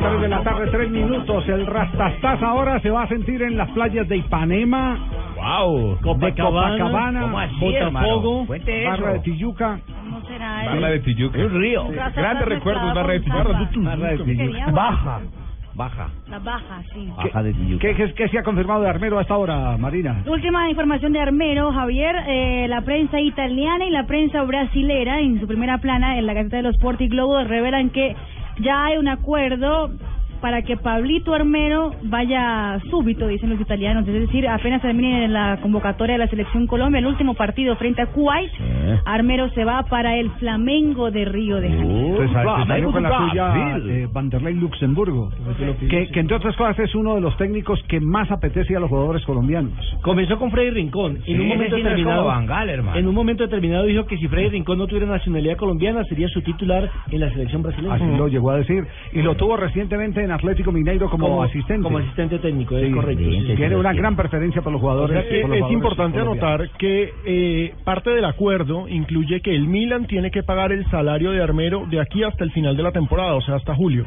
Tres de la tarde, tres minutos. El Rastastas ahora se va a sentir en las playas de Ipanema, Wow, de Copacabana, Botafogo, Barra de Tijuca. ¿Cómo será Barra de Tijuca, un río, grandes recuerdos, Barra de Tijuca, Barra de Tijuca. Barra de Tijuca. Queríamos- Baja, baja. La baja, sí. ¿Qué, qué, qué se ha confirmado de Armero hasta ahora, Marina? Última información de Armero, Javier. eh, la prensa italiana y la prensa brasilera, en su primera plana, en la Gaceta de los Sport y Globo, revelan que ya hay un acuerdo para que Pablito Armero vaya súbito, dicen los italianos. Es decir, apenas termine la convocatoria de la Selección Colombia, el último partido frente a Kuwait, Armero se va para el Flamengo de Río de Janeiro. Pues, a- se salió con la suya Brasil. eh, Vanderlei Luxemburgo, que, que entre otras cosas es uno de los técnicos que más apetece a los jugadores colombianos. Comenzó con Freddy Rincón. En un momento determinado, en un momento determinado dijo que si Freddy Rincón no tuviera nacionalidad colombiana sería su titular en la selección brasileña. Así lo llegó a decir. Y lo tuvo recientemente en Atlético Mineiro como, asistente. Como asistente técnico, es Sí, correcto. sí, sí. Tiene una gran preferencia por los jugadores. O sea que por los es jugadores importante colombianos. anotar que eh, parte del acuerdo incluye que el Milan tiene que pagar el salario de Armero de aquí hasta el final de la temporada, o sea, hasta julio,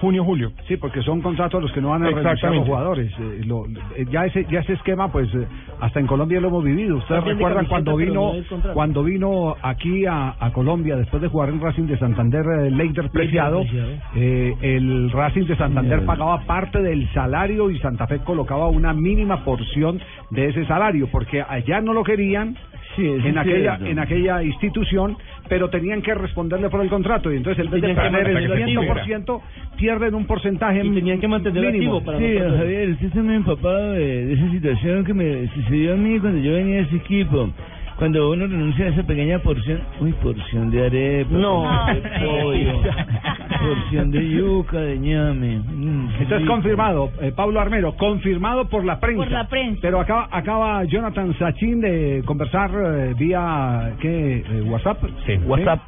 junio, julio. Sí, porque son contratos los que no van a renunciar los Exactamente. jugadores. Eh, lo- eh, ya ese ya ese esquema, pues eh, hasta en Colombia lo hemos vivido. Ustedes También de recuerdan camiseta, cuando pero vino no del contrato. cuando vino aquí a, a Colombia después de jugar en Racing de Santander, eh, Leiter Preciado, Preciado. eh, el Racing de Santander pagaba parte del salario y Santa Fe colocaba una mínima porción de ese salario, porque allá no lo querían. en aquella en aquella institución, pero tenían que responderle por el contrato y entonces en vez de Tenían que perder el mantener la 100% pierden un porcentaje Y tenían que mantener el mínimo. eh, activo para Sí, nosotros. Javier, usted está muy empapado de, de esa situación que me sucedió a mí cuando yo venía de ese equipo. Cuando uno renuncia a esa pequeña porción, uy, porción de arepa, No. porción de pollo, porción de yuca, de ñame. mm, qué Esto es rico. confirmado, eh, Pablo Armero, confirmado por la prensa. Por la prensa. Pero acaba, acaba Jonathan Sachin de conversar eh, vía ¿qué? Eh, WhatsApp. Sí, WhatsApp.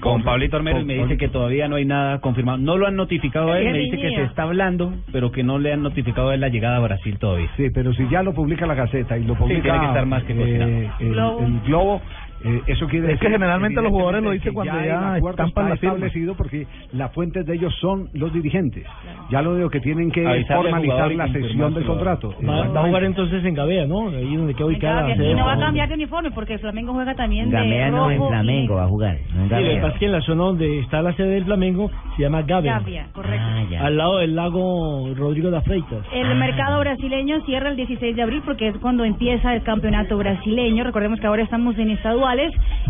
Con Pablito Armero y me Con- dice que todavía no hay nada confirmado. No lo han notificado a él, me dice que se está hablando, pero que no le han notificado a él la llegada a Brasil todavía. Sí, pero si ya lo publica la Gaceta y lo publica tiene que estar más que cocinado. eh, el, Globo. el Globo, eh, eso quiere Es que decir generalmente los jugadores lo evidentemente dicen que cuando ya el acuerdo estampan está la firma. establecido porque las fuentes de ellos son los dirigentes. Ya lo digo que tienen que Avisarle al formalizar jugador y la confirmar sesión su del jugador. contrato. Eh, Va, va a Exactamente. jugar entonces en Gabea, ¿no? Ahí donde queda Venga, ubicada. y la aquí sede no va a Flamengo. cambiar de uniforme porque el Flamengo juega también de Gamea no, en rojo y Flamengo va a jugar. no Sí, lo en que Gamea. pasa es que en la zona donde está la sede del Flamengo se llama Gabea. Gavia, correcto. Ah, ya. Al lado del lago Rodrigo de Freitas. El mercado brasileño cierra el 16 de abril porque es cuando empieza el campeonato brasileño. Recordemos que ahora estamos en estaduales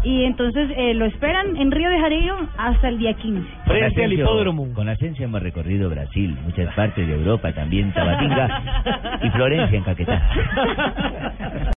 y entonces eh, lo esperan en Río de Janeiro hasta el día 15. Frente al Asensio- hipódromo. Con Asensio hemos recorrido Brasil, muchas partes de Europa, también Tabatinga y Florencia en Caquetá.